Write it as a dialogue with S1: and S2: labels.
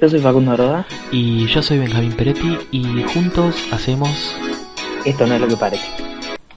S1: Yo soy Facundo Roda.
S2: Y yo soy Benjamín Peretti y juntos hacemos...
S1: Esto no es lo que parece.